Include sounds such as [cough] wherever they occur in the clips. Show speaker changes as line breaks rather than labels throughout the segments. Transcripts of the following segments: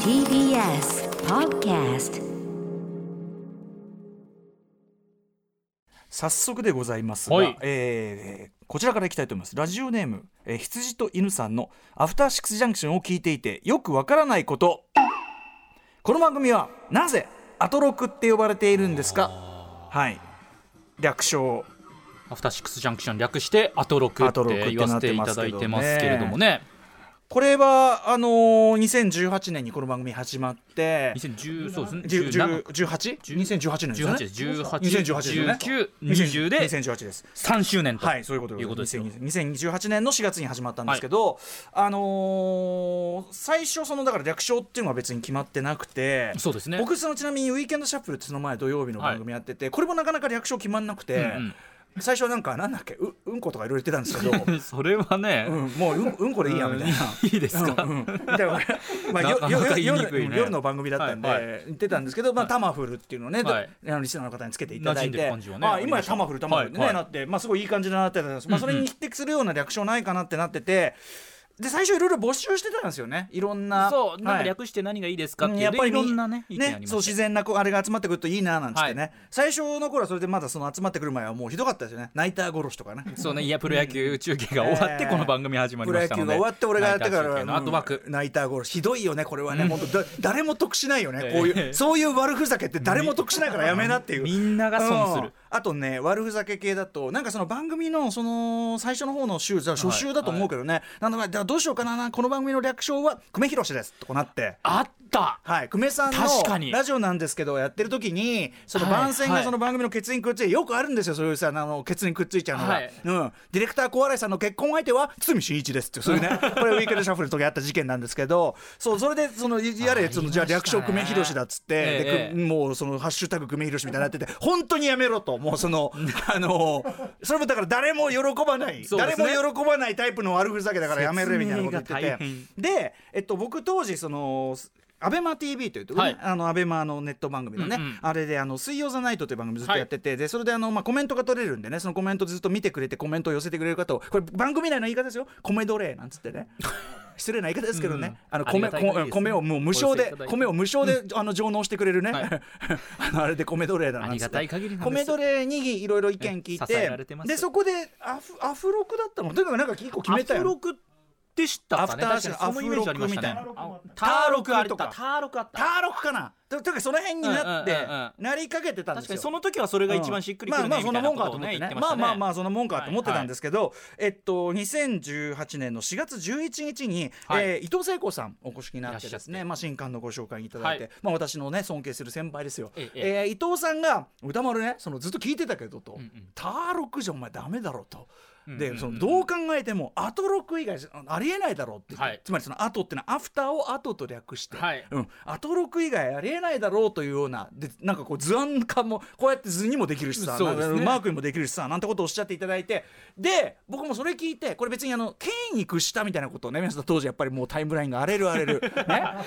TBS Podcast
早速でございますが、
はい
えーこちらからいきたいと思いますラジオネーム、えー羊と犬さんの「アフターシックスジャンクション」を聞いていてよくわからないことこの番組はなぜアトロクって呼ばれているんですかはい略称
アフターシックスジャンクション略してアトロク
ア
っ
トロクって
て言わせていただいてますけれどもね
これはあのー2018年にこの番組始まって
2010そうですね
18?2018 年ですよね
1819 20で
2018です
3周年と
はい、そういうこと
いうことですよ
2018年の4月に始まったんですけど、あのー最初そのだから略称っていうのは別に決まってなくて。
そうですね
僕そのちなみに「ウィーケンドシャッフル」ってその前土曜日の番組やってて、これもなかなか略称決まんなくて、
うん
最初はなんかなんだっけううんことかいろいろ言ってたんですけ
[laughs]
ど、
うんそれはね
うん、もう
[laughs]
うんうんこでいいやみたいな。
いいですか
うんうんみたいなまあよよ
ななかなか言いにくいね
夜夜の番組だったんで、
はい
言ってたんですけど、まあ、タマフルっていうのをね、
はい
あのリスナーの方につけていただい
馴染んで
て、
る感じはね
あ
あり
今
ま
や
した
タマフルタマフルってね、
はいはい
なって、まあ、すごいいい感じだなってなってたんです、まあ、
うん
そ
うん
れに匹敵するような略称ないかなってなっててで最初いろいろ募集してたんですよねいろんな。
そうなん
はい
か略して何がいいですかっ
う
て
ん
いう
やっぱり
いろんなね意見ありま
そう
す
自然なこうあれが集まってくるといいななんつってね、
は
最初の頃はそれでまだその集まってくる前はもうひどかったですよねナイター殺しとかね
そうねいやプロ野球中継が終わっ
え
て
ー
この番組始まり
プ
ま
ロ
し
野
た
球
の
が
で
終わって俺がやってか
ナイター中
ら
継の後枠
うんナイターゴールひどいよねこれはね、本当だ誰も得しないよね
ええ
こういうそういう悪ふざけって誰も得しないからやめなっていう
みんなが損す
うん
る
あとね悪ふざけ系だとなんかその番組のその最初の方の週じゃあ初週だと思うけどね、なんだかじゃあどうしようかなこの番組の略称は久米宏ですとこうなって。
あった
はい、久米さんの
確かに
ラジオなんですけどやってる時にその
はい
番宣
は
が
い
その番組のケツにくっついてよくあるんですよそういうさあのケツにくっついちゃうのが、
はい
うん、ディレクター小笑いさんの結婚相手は堤真一ですっていうそういう
[laughs]
ねこれウィークエンドシャッフルの時あった事件なんですけどそうそれでそのやれそのじゃあ
ありま
略
したね
称久米宏だっつって、で
ええ
くもうその「ハッシュタグ久米宏」みたいになってて本当にやめろともうそ
[laughs]
のあのそれもだから誰も喜ばない、
そうで
誰
すね
も喜ばないタイプの悪ふざけだからやめろよみたいなこと言って
説明
て
が大。変
で、えっと、僕当時そのアベマ t v というところね、
はい
あのアベマのネット番組のね、
うんうん
あれであの「水曜ザナイト」という番組ずっとやってて、でそれであの、まあ、コメントが取れるんでねそのコメントずっと見てくれてコメントを寄せてくれる方をこれ番組内の言い方ですよ「米奴隷」なんつってね [laughs] 失礼な言い方ですけどね、
うん
あの
あり
米
がたい限り
こ
ですね
米をもう無償
お寄せ
で
いただいて
米を無償で、あの上納してくれるね、
はい
[laughs] あのあれで米奴隷だな
ありがたい限りなんで
米
す
奴隷にいろいろ意見聞い
え支えら
て
れてます
でそこでアフアフロクだったのとにかくなんか一個決めたよ
アフロクでしたかね
アフターシ
確かにそのイメージありましたね
アフロ
あターロクあった
タ
ターロクあった
ターロクかなととにかくその辺になって、
うんうんうんうん
なりかけてたんで
確
す
か
よ
にその時はそれが一番しっくりくる
まあま
ね
あその
みたいな
もん
こ
か
と
と
を
思って
ね
ね
言ってまし
まあ
たね
まあまあそのもんかと思ってたんですけど、えっと2018年の4月11日に、
はい
えー伊藤聖子さんお越しになってです
いらっしゃっ
ね
て
まあ新刊のご紹介いただいて、
はい
まあ私のね尊敬する先輩ですよ、
ええ
えー伊藤さんが歌丸ねそのずっと聞いてたけどと、
んうん
ターロクじゃお前ダメだろと。
うんうんう
で
ん
そのどう考えてもアトロク以外じゃありえないだろうって、
はい
つまりそのアトってのはアフターをアトと略して、
はい
うん、アトロク以外ありえないだろうというようなでなんかこう図案化もこうやって図にもできるしさ、
そうですね
なんかマークにもできるしさなんてことをおっしゃっていただいてで僕もそれ聞いてこれ別にあの権威に屈したみたいなことをね皆さん当時やっぱりもうタイムラインが荒れる荒れ
[laughs]
る、ね、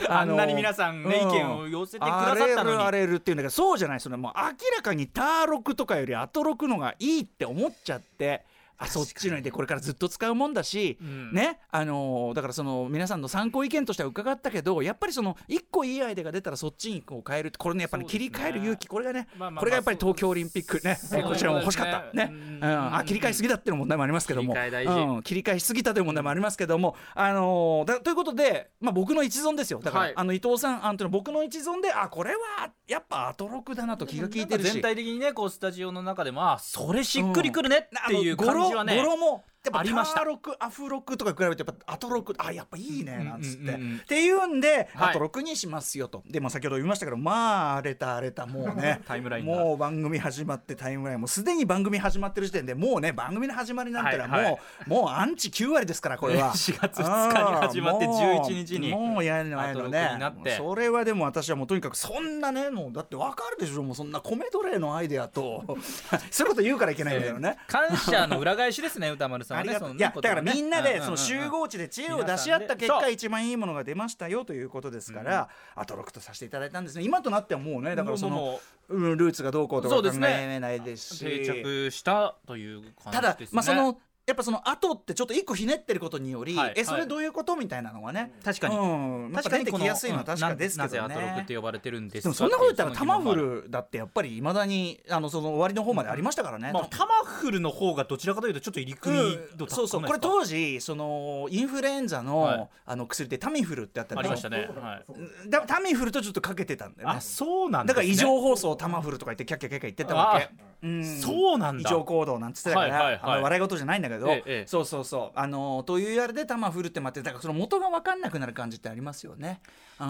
あんなに皆さんね意見を寄せてくださった
荒れ
のに
る荒れるっていうんだけどそうじゃないそのもう明らかにターロクとかよりアトロクのがいいって思っちゃって。あそっちのにでこれからずっと使うもんだし、
うん
ねあのーだからその皆さんの参考意見としては伺ったけどやっぱりその一個いいアイデアが出たらそっちにこう変えるってこれねやっぱり、
そう
切
です
り
ね
替える勇気これがね、
まあまあまあ
これがやっぱり東京オリンピックね
そう
こちらも欲しかったね
そうですね
うん
うん
あ切り替えすぎだっていう問題もありますけども
切り替え大事
うん切り替えしすぎたという問題もありますけども、あのーだということで、まあ、僕の一存ですよだから、
はい
あの伊藤さんあのというのは僕の一存であこれはやっぱアトロクだなと気が利いてるし
全体的にねこうスタジオの中でもあそれしっくりくるねっていう
あの
感じはね、
語呂語呂もやっぱ
ありました
ターロクアフロクとか比べてやっぱアトロクあやっぱいいねなんつって、
うんうんうんうん
っていうんで、
はい
アトロクにしますよとでも先ほど言いましたけどまあ荒れた荒れたもうね
[laughs] タイムラインが
もう番組始まってタイムラインもうすでに番組始まってる時点でもうね番組の始まりなんてのはもう、
はいはい
もうアンチ9割ですからこれ
[laughs]
は
4月2日に始まって
うん
11日に
もうもうやるのやるの
アトロ
ね
クになって
それはでも私はもうとにかくそんなねもうだってわかるでしょもうそんな米奴隷のアイデアとそういうこと言うからいけないんだよね。
感謝の裏返しですね歌丸さん
あ
は
り
ね
が
そ
とう
のね
いやだ
こ
か
と
ら
ね
みんな
うう
で
う
その集合地で知恵を出し合った結
皆さん
果
で
一番いいものが出ましたよということですからアトロクとさせていただいたんですね今となってはもうねだからそ
もう
の
も
うんルーツがどうこうとか
そう
考
ですね
えないですし
定着したという感
ただ
じですね
まあそのやっぱその後ってちょっと一個ひねってることにより、
はい
えそ
は
れ
い
どういうことみたいなのがね、
確かに
うん、確か
確か
に
に
出て
こ
きやすいのは確かですけ
うん
ど
なぜアトロクっ
ね。
て呼ばれてるん
で
ですか
もそんなこと言ったら
てい
タ
う
マ
その疑問も
フ
ある
ルだってやっぱりいまだにあのその終わりの方までありましたからね。
まあ、タマフルの方がどちらかというとちょっと入り組み度高くないですか、
そうそうこれ当時そのインフルエンザの,、
はい
あの薬でタミフルってあった
あ
ん
り
で
ますしたね、はい、
だタミフルとちょっとかけてたんだよね
あそうなんで
だ
す、
から
ね、
異常放送タマフルとか言ってキャッキャキャッキャ言ってたわけ
あ、
うん
そうなんだ
異常行動なんつってたから、
はいはいはい
あの笑い事じゃないんだけど、
ええええ
そうそうそうあのというあれでタマフルって待ってだからその元が分かんなくなる感じってありますよね
そう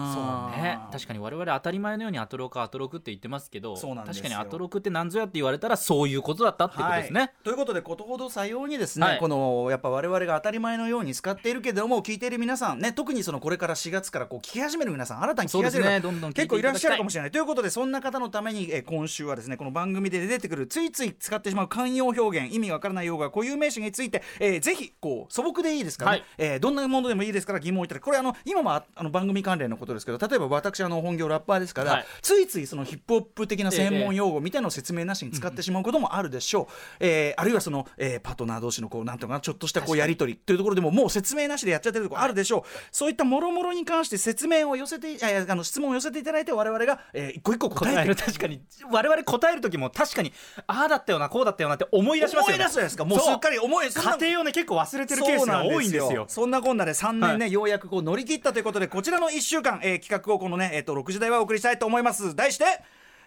ね確
か
かに我々当たり前のようにアトロクアトロクって言ってますけど
そうなんですよ
確かにアトロクって何ぞやって言われたらそういうことだったってことですね、
はい、ということでことほどさようにですね、
はい
このやっぱ我々が当たり前のように使っているけども聞いている皆さんね特にそのこれから4月からこう聞き始める皆さん新たに聞き始める
そうですね
方
どんどん聞いて
結構い
いただきたい
らっしゃるかもしれないということでそんな方のために、えー今週はですねこの番組で出てくるついつい使ってしまう慣用表現意味わからない用語固有名詞について、えーぜひこう素朴でいいですから、ね
はい
えーどんなものでもいいですから疑問をいただくこれあの今もああの番組関連のことですけど例えば私あの本業ラッパーですから、
はい
ついついそのヒップホップ的な専門用語みたいなのを説明なしに使ってしまうこともあるでしょう、えーあるいはその、えーパートナー同士のこうなんとかなちょっとしたこうやり取りというところでももう説明なしでやっちゃってるところあるでしょう、そういったもろもろに関して説明を寄せていやいやあの質問を寄せていただいて我々が、えー一個一個答
答
え
え
てい
る
く
確かに我々答える時も確かにああだったよなこうだったよなって思い出しますよ
思い出
ね
すじゃないですかもうすっかり思い出す
家庭をね結構忘れてるケースが多いんですよ
そうなそんなこんなで3年ね、ようやくこう乗り切ったということでこちらの1週間、えー企画をこのね、えー、と6時台はお送りしたいと思います題して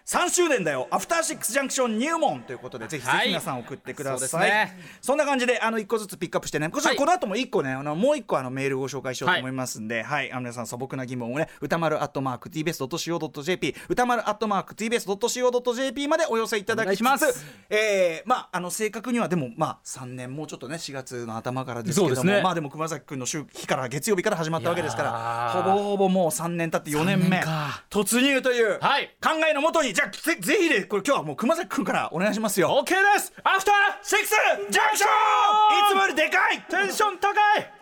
3周年だよアフターシックスジャンクション入門ということでぜひぜ
は
ひ
い
皆さん送ってくだ
そう
さ
で
い、
すね
そんな感じであの1個ずつピックアップしてねこちら
はい
この後も1個ねあのもう1個あのメールをご紹介しようと思いますんで、はいあの皆さん素朴な疑問をね歌丸アットマーク TBS.CO.JP 歌丸アットマーク TBS.CO.JP までお寄せいただきつつ
お願いします
えーまああの正確にはでもまあ3年もうちょっとね4月の頭からですけども、
そうですね
まあでも熊崎君の週日から月曜日から始まったわけですか
いや
らほ
ー
ぼほぼもう3年経って4年目
三年か
突入という考
はい
えのもとに、じゃあぜぜひでこれ今日はもう熊崎君からお願いしますよ。
OK ですアフターシックスジャンクション
いつもよりでかい
テンション高い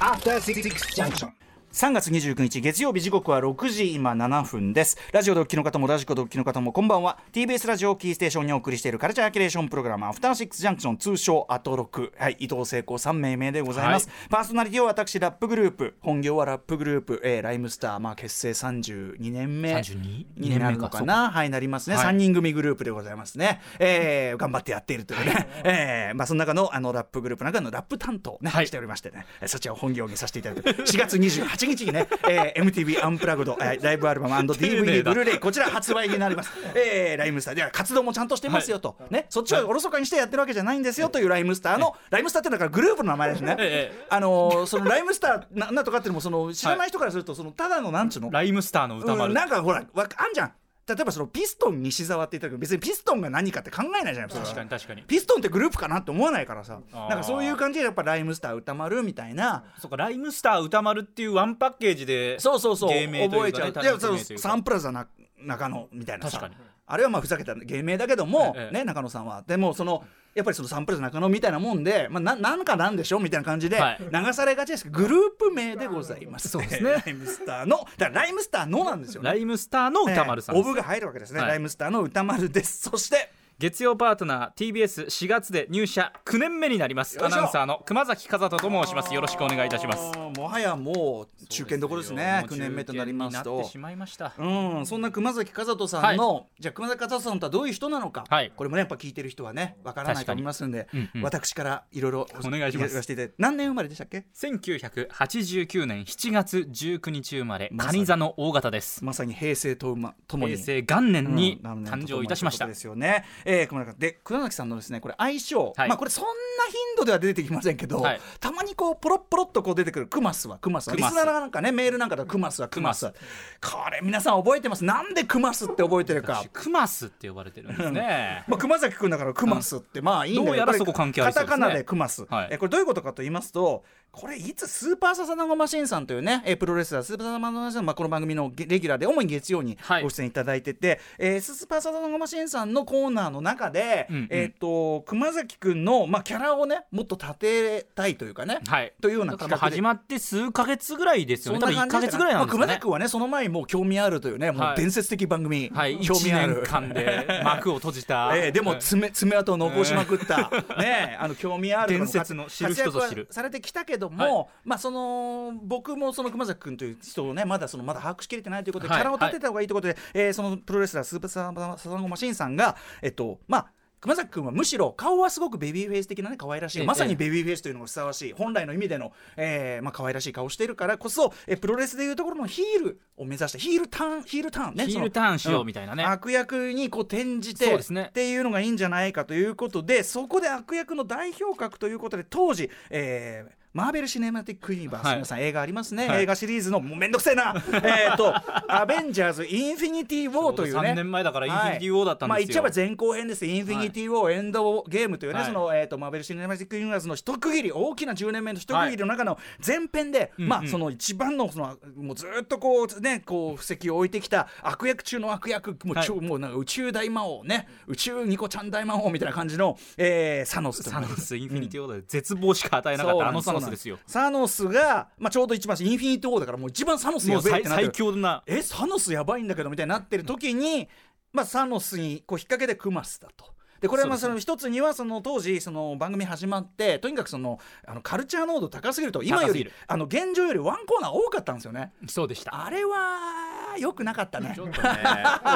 After Six Junction.
3月29日月曜日時刻は6時今7分ですラジオでお聞きの方もラジコでお聞きの方もこんばんは TBS ラジオをキーステーションにお送りしているカルチャーキュレーションプログラムアフターシックスジャンクション通称アトロクはい伊藤聖子3名名でございます、
は
パーソナリティは私ラップグループ本業はラップグループ、えーライムスターまあ結成32年目
32
になるのかなはいなりますね、
はい
3人組グループでございますね、えー頑張ってやっているというね、えーまあその中のあのラップグループの中のラップ担当ね、
はい
しておりましてねえーそちらを本業にさせていただいて4月28日にね、えー MTV アンプラグド、えーライブアルバム
[laughs]
&DVD ブルーレイこちら発売になります、えーライムスターでは活動もちゃんとしてますよと、ねそっちはおろそかにしてやってるわけじゃないんですよというライムスターのライムスターってだからグループの名前ですね、
ええ
あのーそのライムスターななんとかっていうのもその知らない人からするとそのただのなんちゅうの
ライムスターの歌
う
丸
ん、なんかほらわかあんじゃん例えばそのピストン西澤って言ったけど別にピストンが何かって考えないじゃないですか
確かに確かに
ピストンってグループかなって思わないからさ
あ
な
ー
んかそういう感じでやっぱライムスター歌丸みたいな
そうかライムスター歌丸っていうワンパッケージで
そうそうそう
芸名と
覚え
いう
ち
か
ゃ
ね
う
タ
い
レン
や
ト
そ
名
う
というか
サンプラザな中野みたいなさ
確かに
あれはまあふざけた芸名だけども、
ええ
ね中野さんはでもそのやっぱりそのサンプラザ中野みたいなもんで、まあ、ななんかなんでしょみたいな感じで
はい
流されがちですけど、グループ名でございますそうですねライムスターのだからライムスターのなんですよね
ライムスターの歌丸さん
え
で
ー
す
オブが入るわけですね、
はい
ライムスターの歌丸ですそして
月曜パートナー TBS4 月で入社9年目になります
よい
ア
しょ
ナウンサーの熊崎和人と申しますよろしくお願いいたします
あーもはやもう中堅どころですね
も
9
う
年目となります
中堅になって
と
しまいました
うん、そんな熊崎和人さんの、じゃあ熊崎和人さんとはどういう人なのか、
はい
これもねやっぱ聞いてる人はねわからないと思いますんで、
確かにうんうん
私からいろいろ
お願いします
言わせていただいて何年生まれでしたっけ
1989年7月19日生まれ
まさに
蟹座の大型です
まさに平成とまともに
平成元年に
うん
誕生いたしました
ということですよね。えー、熊崎で熊崎さんのですねこれ相性、
はい
まあこれそんな頻度では出てきませんけど、
はい
たまにこうポロッポロっとこう出てくるクマスはクマスは
ク
リ
マ
ス
ス
ナーなんかねメールなんかでクマスはクマスは
ク
これ皆さん覚えてますなんでクマスって覚えてるか。
クマスって呼ばれてるんですね
まあ、熊崎君だからクマスって、まあいいんだけど
どうやらそこ関係ありそうですね
カタカナでクマス、
はい
えこれどういうことかと言いますとこれいつスーパーササナゴマシンさんというね、えープロレスラースーパーササナゴマシンさん、まあ、この番組のゲレギュラーで主に月曜に
はい
ご出演いただいてて、えースーパーササナゴマシンさんのコーナーの中で、
うんうん
えーっと熊崎くんの、まあ、キャラをねもっと立てたいというかね、
はい
というような
だか
企
らもう
画で
始まって数ヶ月ぐらいですよね多分1ヶ
感じ
月ぐらいなんです
まあ熊
かね
崎君はねその前にもう興味あるというねもう
はい
伝説的番組、
はい
興味あ
1
る
年間で幕を閉じ
[laughs]
た
ええでも爪爪痕を残しまくった、ねえあの興味ある
伝説の
活
知る人ぞ知る
活躍はされてきたけども、まあその僕もその熊崎君という人をねまだそのまだ把握しきれてないということで、
はい
キャラを立てた方がいいということで、えーそのプロレスラースーパーサササンゴマシンさんがえっとまあ熊崎君はむしろ顔はすごくベビーフェイス的なね可愛らしい、
ええ
まさにベビーフェイスというのがふさわしい本来の意味での、えーまあ可愛らしい顔をしているからこそ、えープロレスでいうところのヒールを目指してヒールターンヒールターンね
ヒ
そ
ー
の
ルターンしようみたいなね、
悪役にこう転じ
そう
て、
ですね
っていうのがいいんじゃないかということでそこで悪役の代表格ということで当時、えーマーベル・シネマティック・ユニバース、
はい
皆さん映画ありますね、
はい
映画シリーズのもうめんどくせえ
[laughs]
なえっと「アベンジャーズ・インフィニティ・ウォー」という
3
ね
年前だからインフィニティウォーだった
はい
んですよ、
まあ、言っちゃえば前後編です、インフィニティ・ウォー、エンド・ゲームというね、
はい
そのえー、とマーベル・シネマティック・ユニバースの一区切り、大きな10年目の一区切りの中の前編で、まあ、その一番のそのもうずっとこう、ね、こう布石を置いてきた悪役中の悪役、もう,、
はい
もうなんか宇宙大魔王ね、宇宙ニコちゃん大魔王みたいな感じの、えーサノスという
サノスインフィニティウォーダーで絶望しか与えなかったあのサノスですよ
サノスが、まあ、ちょうど一番インフィニティ・ウォーだからもう一番サノス
も
や
う
べえっ
最
てなってる
最強な
えサノスやばいんだけどみたいになってる時に、まあ、サノスにこう引っ掛けてクマスだと。でこれはまあその一つにはその当時その番組始まってとにかくそのあのカルチャー濃度高すぎると今よ
高すぎ
り
る
あの現状よりワンコーナー多かったんですよね
そうでした
あれは良くなかったね
ちょっとね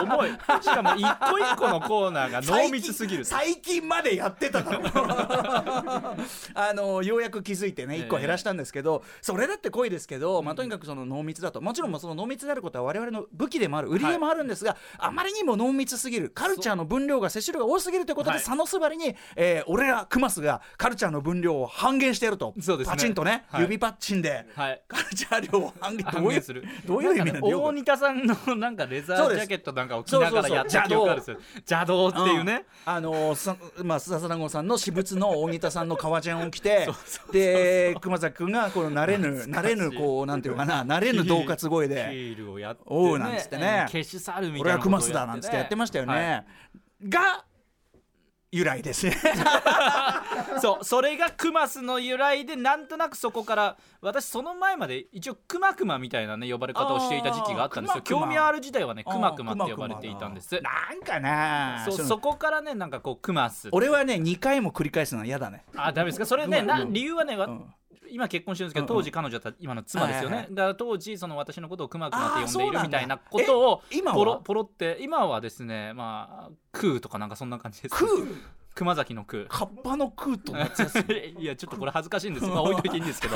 重い
しかも一個一個のコーナーが濃密すぎる
最近最近までやってただろ
[laughs]
あのようやく気づいてね1個減らしたんですけど、それだって濃いですけど、まあ、とにかくその濃密だともちろんその濃密であることは我々の武器でもある売りでもあるんですが、あまりにも濃密すぎるカルチャーの分量が摂取量が多すぎるということで、
はい
佐野すばりに、えー俺らクマスがカルチャーの分量を半減してやると
そうですね
パチンとね、
はい
指パッチンで、
はい
カルチャー量を半減ど
半
うい
減
う
する
どういう意味なんだよ
大仁田さんのなんかレザ
そうで
ージ
す
ャケットなんかを着ながらやって
そうそうそう
る記憶あるんですよ邪道っていうね、
うんあのさまあ笹田さんの私物の大仁田さんの革ジャンを着
[laughs]
てで熊崎君がこの慣れぬ慣れぬこうなんていうのかな慣れぬ恫喝声
ヒ
で
ールをやって、ね、
おうなんつってね
消し去
「
るみたいな
俺は
ことを
熊須だ」なんつってやってましたよね。が由来ですね。
[laughs] そうそれがクマスの由来でなんとなくそこから私その前まで一応クマクマみたいなね呼ばれ方をしていた時期があったんですよ
あークマク
興
マ
味ある時代はねクマクマ
あ
っ
ー
て呼ばれていたんです
熊熊だなんかな
そう
その
そこからねなんかこうクマス
俺はね2回も繰り返すのは嫌だね。
あダメですかそれね
うん
な
うん
理由はね、わ
ん
今結婚してるんですけど
うんうん
当時彼女だった今の妻ですよね、
はいはい
だから当時その私のことをクマクマっ
あー
て
そ
呼ん
う
でい
なんだ
るみたいなことを
え今は
ポロポロって今はですねまあクーとかなんかそんな感じです
クー
熊崎のクー
カッパのクー [laughs] トの
[laughs] いやちょっとこれ恥ずかしいんですまあ置いといていいんです
[laughs]
けど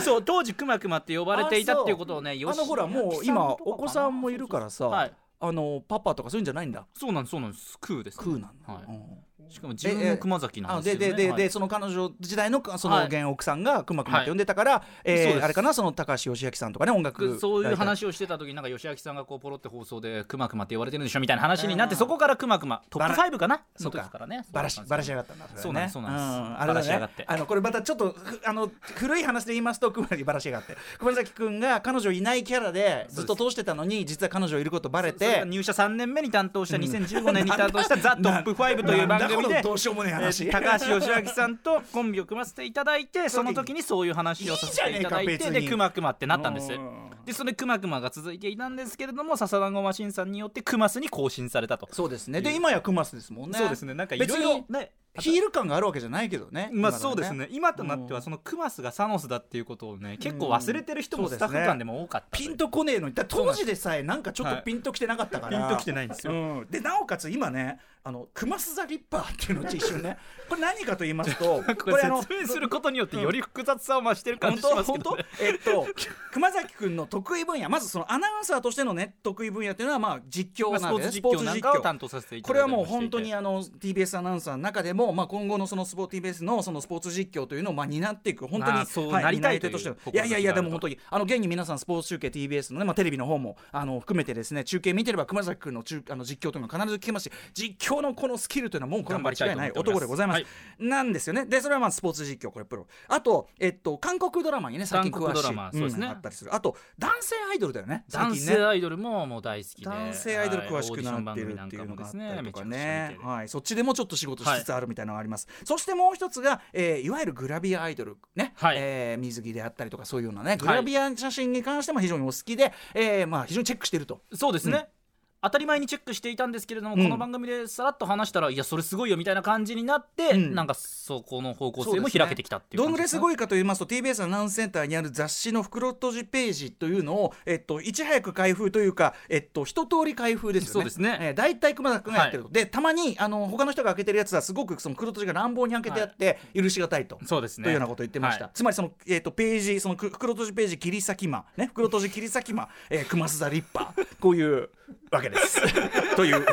そう当時くまくまって呼ばれていたっていうことをね
あのほらもう今お子さんもい
る
るからさ、
はい
あのパパとかそういうんじゃないんだ。
そうなんですそうなんですクーです、
クーなんだ。
はい
うん
しかも自分も熊崎なん
あ
です
で
よね
でで
はい
でその彼女時代のそ
は
の
い
現奥さんがくまくまって呼んでたから
そう
え
です
ーあれかなその高橋義明さんとかね音楽
そういう
ライター
話をしてた時になんか吉明さんがこうポロって放送で「くまくま」って言われてるんでしょみたいな話になってそこからくまくまトップ5かな
そうか
の時からね
バラしバラしやがったんだれ
そうなんですそうなんです
あれ
バラしや
だ
が
ね
って
あのこれまたちょっとふあの古い話で言いますと [laughs] 熊崎バラしやがって熊崎くんが彼女いないキャラでずっと通してたのに実は彼女いることバレ
それが
て
入社3年目に担当した2015年に担
[laughs]
当した「ザ・トップ5」という
なん
番
だこ
組
の
で
どうしようもねえ
え
話
ー高橋義明さんとコンビを組ませていただいてその時にそういう話をさせていただいて
いいじゃねえか別
で
に
くまくまってなったんです
うん
でそれくまくまが続いていたんですけれども笹団子マシンさんによってクマスに更新されたと
そうですねで今や熊須ですもんね
そうですねなんかいろいろ
別に
ね
ヒール感があるわけじゃないけどね
ま
今
あ
だと
そうですね今となってはそのクマスがサノスだっていうことをね結構忘れてる人も
うん
スタッフ間でも多かったとい
ピ
う
ンとこねえのにだから当時でさえなんかちょっ
は
と
い
ピンときてなかったから、
ピンときてないんですよ
うんでなおかつ今ねあのクマス・ザ・リッパーっていうのと一緒に
[laughs]
ねこれ何かと言いますと
これ
あの
説明することによってより複雑さを増してる感
本
じし
当
ますけ
本
ど
当
ね
えっと熊崎君の得意分野まずそのアナウンサーとしてのね得意分野っていうのはまあ実況
まあス
なん
ポ
で
ー
ね
ツ実況なんかを担当させていた
これ
だい
は
たり
もう
していて
本当にあの TBS アナウンサーの中でも、の、まあ、今後のそのスポーティーベースのそのスポーツ実況というのをまあ担っていく本当
あ
に
ーそう
は
なりたい
担手としての
という
いやいやい
志
や
がある
で
と
も本当にあの現に皆さんスポーツ中継 TBS のね、まあ、テレビの方もあの含めてですね中継見てれば熊崎君の中あの実況というのは必ず聞けますし実況のこのスキルというのはもうこれは間違いない男でございます、
はい
なんですよねでそれはまあスポーツ実況これプロあと、えっと、韓国ドラマにね最近詳しい
韓国ドラマそうですね
んあったりするあと男性アイドルだよね最
男
近ね
性アイドルももう大好きで
男性アイドル詳しく
はいオーディション
なっ
番
てる
組
っていうのがあった
なん
りとか
もですねめちゃくちゃ
ね
見、てる
はい、そっちでもちょっと仕事しつつあるみたいなのがあります、そしてもう一つが、えーいわゆるグラビアアイドルね、
はい
えー水着であったりとかそういうようなねグラビア写真に関しても非常にお好きで、えーまあ、非常にチェックしてると。
そうですね、当たり前にチェックしていたんですけれども、
うん
この番組でさらっと話したらいやそれすごいよみたいな感じになって、
うん
なんかそこの方向
そう
性
で
も
すね
開けてきたっていう
どん
感
ぐ
じ
ら
で
い
す
す
ね
ごいかと言いますと TBS アナウンスセンターにある雑誌の袋閉じページというのを、えっと、いち早く開封というか、えっと、一通り開封ですよね
そうですね
えー、大体熊田君がやってると、でたまにあの他の人が開けてるやつはすごくその袋閉じが乱暴に開けてあって、許しがたいと
そうですね
というようなことを言ってました、
はい
つまりその、えー、とページそのく袋閉じページ切り裂き魔ね袋閉じ切り裂き魔、えー、熊須田リッパーこういうわけです [laughs] という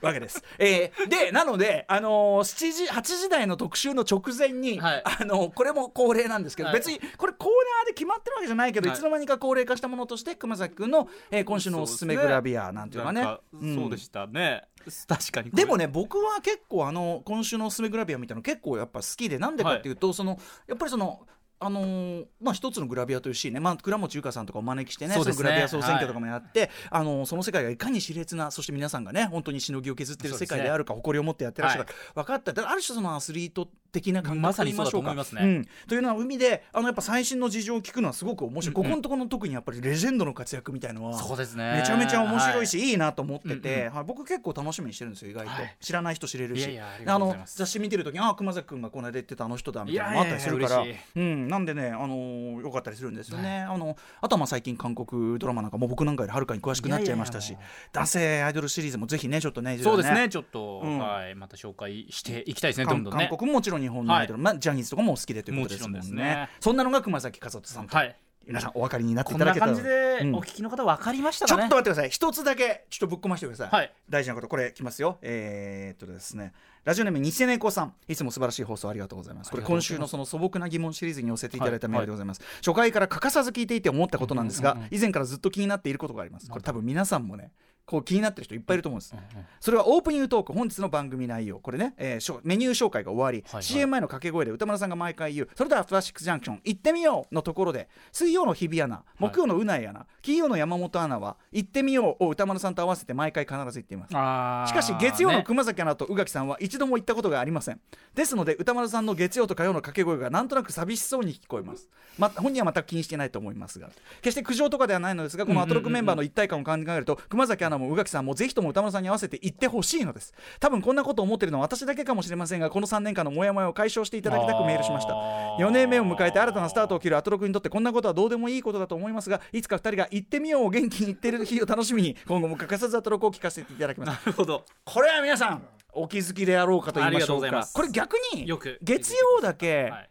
わけです、えーでなので、あのー7時8時台の特集の直前に、
はい
あのーこれも恒例なんですけど、
はい
別にこれコーナーで決まってるわけじゃないけど、
はい
い、つの間にか恒例化したものとして熊崎君の、えー今週のおすすめグラビアなんていうのはね
なんか
ん
そうでしたね、確かにこれ
でもね僕は結構あの今週のおすすめグラビアみたいなの結構やっぱ好きでなんでかっていうと、そのやっぱりその。あのーまあ、一つのグラビアというシーンね、まあ、倉持ゆかさんとかお招きしてね
そ
そ
うで
の
す
グ
ね
ラビア総選挙とかもやって、あのーその世界がいかに熾烈なそして皆さんがね本当にしのぎを削ってる世界であるか、誇りを持ってやってらっしゃるか、分かっただからある種そのアスリート的な感
ま
覚
さ
と
に
言い
そう
ま
だ
しょう
と
か。
思いますね、
うん、というのは海であのやっぱ最新の事情を聞くのはすごく面白い、ここのところの特にやっぱりレジェンドの活躍みたいのは
そうですね
めちゃめちゃ面白い
は
し、い、いなと思ってて、
うん
はい、僕結構楽しみにしてるんですよ意外と、
はい
知らない人知れるし
いやいやありがとうご
の
ざいます
雑誌見てる時にあ熊崎君がこの間言ってたあの人だみたいなの
い
も
や
あ
い
っ
や
た
い
り
や
するから
嬉しい
うん、なんでね、あのーよかったりするんですよね、あのあとはまあ最近韓国ドラマなんかもう僕なんかよりはるかに詳しくなっちゃいましたし
いやい
男性アイドルシリーズもぜひねちょっとねいずれ
そうですねちょっと、
うん
はいまた紹介していきたいですねど
韓
んどんね
韓国ももちろん日本のアイドル、まあ、ジャニーズとかもお好きでということですもんね
もちろんですね
そんなのが熊崎和人さんと、
はい
皆さんお分かりになってい
こん
ただ
な
けたら
感じで
うん
お聞きの方分かりました
ちょ
か
っと
ね、
待ってください一つだけちょっとぶっ込ましてください、
はい
大事なことこれきますよえー、っとですねラジオネームニセネコさんいつも素晴らしい放送ありがとうございますこれ今週のその素朴な疑問シリーズに寄せていただいたメールでございます、初回から欠かさず聞いていて思ったことなんですが、以前からずっと気になっていることがありますこれ多分皆さんもねこう気になってる人いっぱいいると思うんです、それはオープニングトーク本日の番組内容これね、えーしょメニュー紹介が終わり、
はい
CM 前の掛け声で歌丸さんが毎回言う「それではアフターシックスジャンクション行ってみよう!」のところで水曜の日比アナ木曜のうないアナ、金曜の山本アナは「行ってみよう!」を歌丸さんと合わせて毎回必ず言っています
あー
しかし月曜の
ね
熊崎アナと宇垣さんは一度も行ったことがありませんですので歌丸さんの月曜と火曜の掛け声がなんとなく寂しそうに聞こえます、ま、本人は全く気にしてないと思いますが決して苦情とかではないのですがこのアトロックメンバーの一体感を考えると熊崎アナも宇垣さんもぜひとも歌丸さんに合わせて行ってほしいのです多分こんなことを思っているのは私だけかもしれませんがこの3年間のモヤモヤを解消していただきたくメールしました
あー
4年目を迎えて新たなスタートを切るアトロクにとってこんなことはどうでもいいことだと思いますがいつか2人が行ってみようを元気に行ってる日を楽しみに今後も欠かさずアトロクを聞かせていただきます
なるほど
これは皆さんお気づきであろうかと言いましょ
ありがと
う
うござい
か
ます
これ逆に
よく
月曜だけ
はい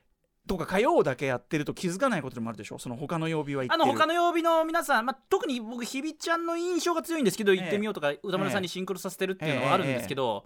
とか火曜だけやってると気づかないことでもあるでしょその他の曜日は行っ
あ
てる
の他の曜日の皆さん、まあ、特に僕日比ちゃんの印象が強いんですけど「
え
行ってみよう」とか歌丸さんにシンクロさせてるっていうの
ええ
はあるんですけど、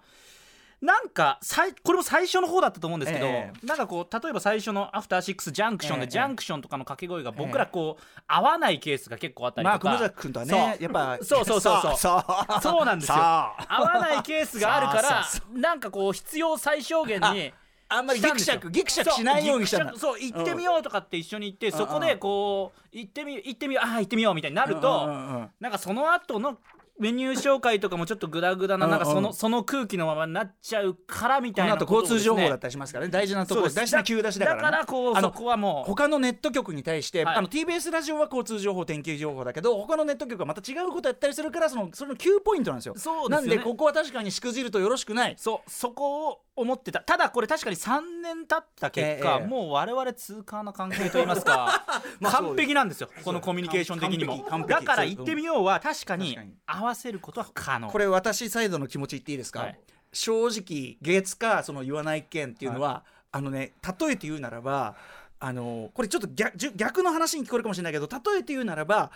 なんかさいこれも最初の方だったと思うんですけど、
え
なんかこう例えば最初の「アフターシックスジャンクション」で、
ええ
ジャンクションとかの掛け声が僕らこう、合わないケースが結構あったり
まあ
とか、
熊崎君とはねやっぱ
そうそうそうそ
さあ
う
さあ
そうなんですよ
さあ
合わないケースがあるか
さあ
ら
さ
なんかこう必要最小限に
あんまりギクシャクギクシャクしないようにしたんだ
そうギクシャクそう行ってみようとかって一緒に行って、そこでこう行ってみ行ってみようああ行ってみようみたいになると、
うんうんうん
なんかその後のメニュー紹介とかもちょっとグダグダななんかそ
うんう
の
ん
その空気のままになっちゃうからみ
こ
たい
の
な
後
ことを
交通情報だっ
ですね
たりしますからね大事なと
そ
こ
う
ろ
です
大事な急出しだ
だ
か
からら,、
ね
こう
あの
そこはもう
他のネット局に対して、
はい
あの TBS ラジオは交通情報天気情報だけど他のネット局はまた違うことやったりするからそのそれの9ポイントなんですよ
そうですよね
なんでここは確かにしくじるとよろしくない
そうそこを思ってたただこれ確かに3年経った結果、
ええ
もう我々通過な関係といいますか
[laughs] まあそうです
完璧なんですよこのコミュニケーション的に
完
も
璧完璧
だから行ってみようは確か
確
に
かに
合わせることは可能
これ私サイドの気持ち言っていいですか、
はい
正直月かその言わない件っていうのは、あのね例えて言うならばあのこれちょっと逆じゅ逆の話に聞こえるかもしれないけど例えて言うならば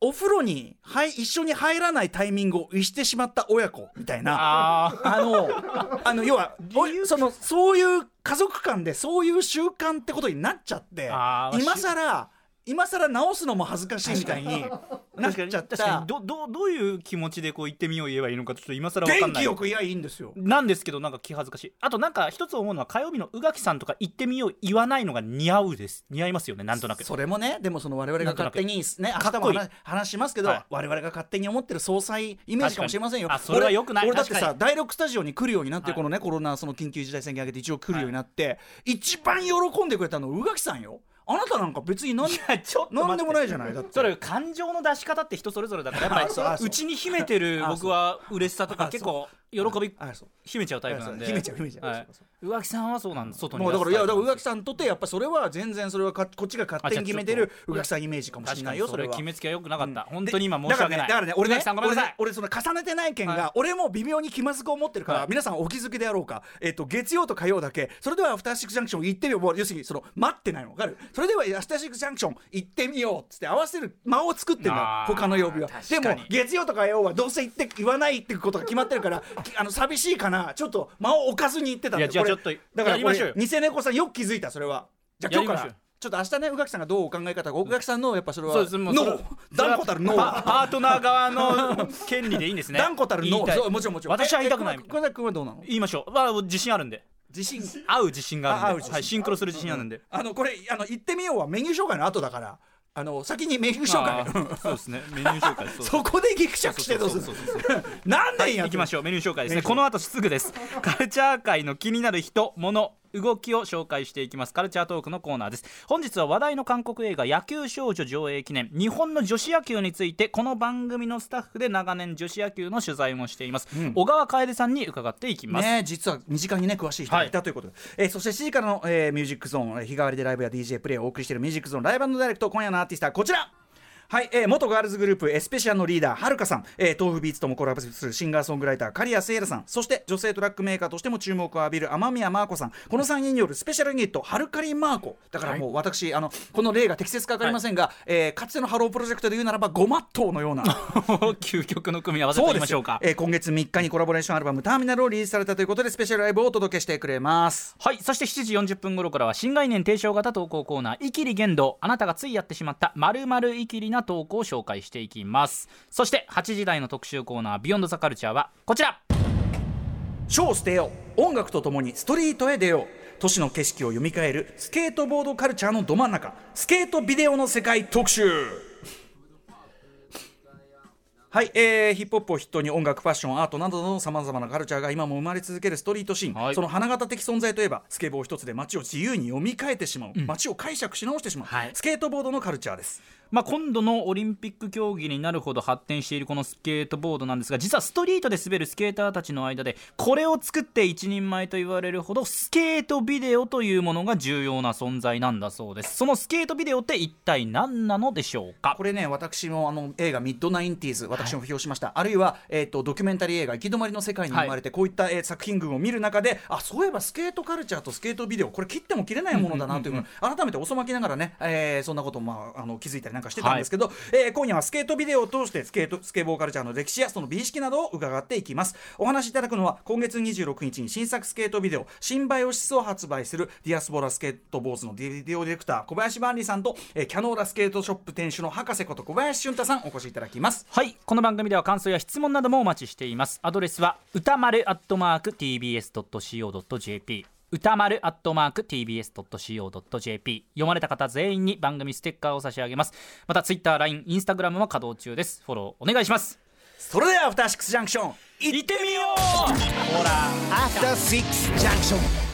お風呂に、はい、一緒に入らないタイミングを逸してしまった親子みたいな。
あー
あの、あの要は、おいその、そういう家族間で、そういう習慣ってことになっちゃって
あ、ー
今更、今更直すのも恥ずかしいみたいになっちゃっ
確か
た
に。どどどういう気持ちでこう言ってみよう言えばいいのかちょっと今更わかん
元
ない
気よくいやいいんですよ。
なんですけどなんか気恥ずかしいあとなんか一つ思うのは火曜日の宇垣さんとか言ってみよう言わないのが似合うです似合いますよねなんとなく
それもねでもその我々が勝手にね明
かっ
日も
こいい
話話しますけど、
はい
我々が勝手に思ってる総裁イメージかもしれませんよ
確かにあそれは良くない
俺俺だってさ
確
第6スタジオに来るようになって、
はい
このねコロナその緊急事態宣言上げて一応来るようになって、一番喜んでくれたの宇垣さんよあなたなんか別に何
いやちょっと待って
何でもないじゃないだって
それ感情の出し方って人それぞれだからやっ
あそうあ
ぱ
そう
りうちに秘めてる
あそう
僕は嬉しさとか
あ
結構喜び
あそう
秘めちゃうタイプなんで
あそう秘めちゃう秘めちゃう
はい
そうそう
宇垣さんはそうなんです外に
もうだからいやだから宇垣
さ
さんとってやっぱそれは全然それはかこっちが勝手に決めて
あ
る
じゃあちょっと
宇垣さんイメージか
ん
もし
確
れ
か
ない
に
よ
そ
そ
れ
れは
決めつけは良くなかった本当
で
に今申し
だか
訳ない
らねだからね俺ね
宇垣さんごめんなさい
俺ね俺その重ねてない件が、
はい
俺も微妙に気まずく思ってるから、
はい
皆さんお気づきであろうか、えっと月曜と火曜だけそれではアフターシックスジャンクション行ってみようもう要するにその待ってないの分かるそれではアフターシックスジャンクション行ってみようっつって合わせる間を作ってんだよ
あー
他の曜日はで
確か
も
に
月曜とか火曜はどうせ行って言わないってことが決まってるからきあの寂しいかなちょっと間を置かずに行ってたんだよ
いやじゃあ
これ
ちょっと
だから
やり
こ
ましょう
れ
よ
偽猫さんよく気づいたそれはじゃあ今日か
やりましょう
ら
よ
ちょっと明日ね宇垣さんがどうお考え方か宇垣さんのやっぱそれは
そうですもう
ノ
それ
ー断固たるノー
パパートナー側の権利でいいんですね
断固たる
言
ノ
いた
ー
い
そうもちろんもちろん
私は言いたくない
ええ熊崎君はどうなの
言いましょうまあ自信あるんで
自信
合う自信があ
あ合う
るん
自
で、
信
はい、シンクロする自信あるんで、
あのこれあの言ってみようはメニュー紹介の後だからあの先にメニュー紹
あ
介
ーそうですねメニュー紹介そう
[laughs] そこでギクシャクしてどうする
そうそう
[laughs] 何年や
行
って
き
んの
ましょうメニュー紹介です
メニ
ね
ュー紹介
この後すぐですカルチャー界の気になる人物動きを紹介していきますカルチャートークのコーナーです本日は話題の韓国映画「野球少女」上映記念日本の女子野球についてこの番組のスタッフで長年女子野球の取材もしています、小川楓さんに伺っていきます、
ね、実は身近にね詳しい人がいたということで、えーそして7時からの、えーミュージックゾーンえー日替わりでライブや DJ プレイをお送りしているミュージックゾーンライブダイレクト今夜のアーティストはこちらはい、えー元ガールズグループエスペシアのリーダーはるかさん、えー豆腐ビーツともコラボするシンガーソングライター刈谷聖ラさんそして女性トラックメーカーとしても注目を浴びる雨宮真亜子さんこの3人によるスペシャルユニットはるかりマーコだからもう私、あのこの例が適切か分かりませんが、えーかつてのハロープロジェクトで言うならばごまっとうのような
[laughs] 究極の組み合わせ
そ
と
う
い
です
きましょうか
えー今月3日にコラボレーションアルバム「ターミナル」をリリースされたということでスペシャルライブをお届けしてくれます
はいそして7時40分頃からは新概念提唱型投稿コーナー「イキリ言動」あなたがついやってしまったまるイキリな投稿を紹介していきますそして8時台の特集コーナー「ビヨンドザカルチャーはこちら
書を捨てよう音楽とともにストリートへ出よう都市の景色を読み替えるスケートボードカルチャーのど真ん中スケートビデオの世界特集はい、えーヒップホップを筆頭に音楽ファッションアートなどのさまざまなカルチャーが今も生まれ続けるストリートシーン、
はい
その花形的存在といえばスケボー一つで街を自由に読み替えてしまう、街を解釈し直してしまう、
はい
スケートボードのカルチャーです
まあ、今度のオリンピック競技になるほど発展しているこのスケートボードなんですが実はストリートで滑るスケーターたちの間でこれを作って一人前と言われるほどスケートビデオというものが重要な存在なんだそうですそのスケートビデオって一体何なのでしょうか
これね私もあの映画「ミッドナインティーズ」私も批評しました、あるいは、えー、とドキュメンタリー映画「行き止まりの世界」に生まれて、こういった、えー作品群を見る中であそういえばスケートカルチャーとスケートビデオこれ切っても切れないものだなというのを改めて遅まきながらね、えーそんなことを、まあ、あの気づいたりなんかしてたんですけど、えー今夜はスケートビデオを通してスケートスケボーカルチャーの歴史やその美意識などを伺っていきますお話しいただくのは今月26日に新作スケートビデオ「新バイオシス」を発売するディアスボラスケートボーズのビデオディレクター小林万里さんと、えーキャノーラスケートショップ店主の博士こと小林俊太さんお越しいただきます
はいこの番組では感想や質問などもお待ちしていますアドレスは歌丸アットマーク TBS.CO.JP 歌丸アットマーク TBS.CO.JP 読まれた方全員に番組ステッカーを差し上げますまた TwitterLINE、Instagram も稼働中ですフォローお願いします
それでは「アフターシックスジャンクション」
行ってみよう
After Six Junction.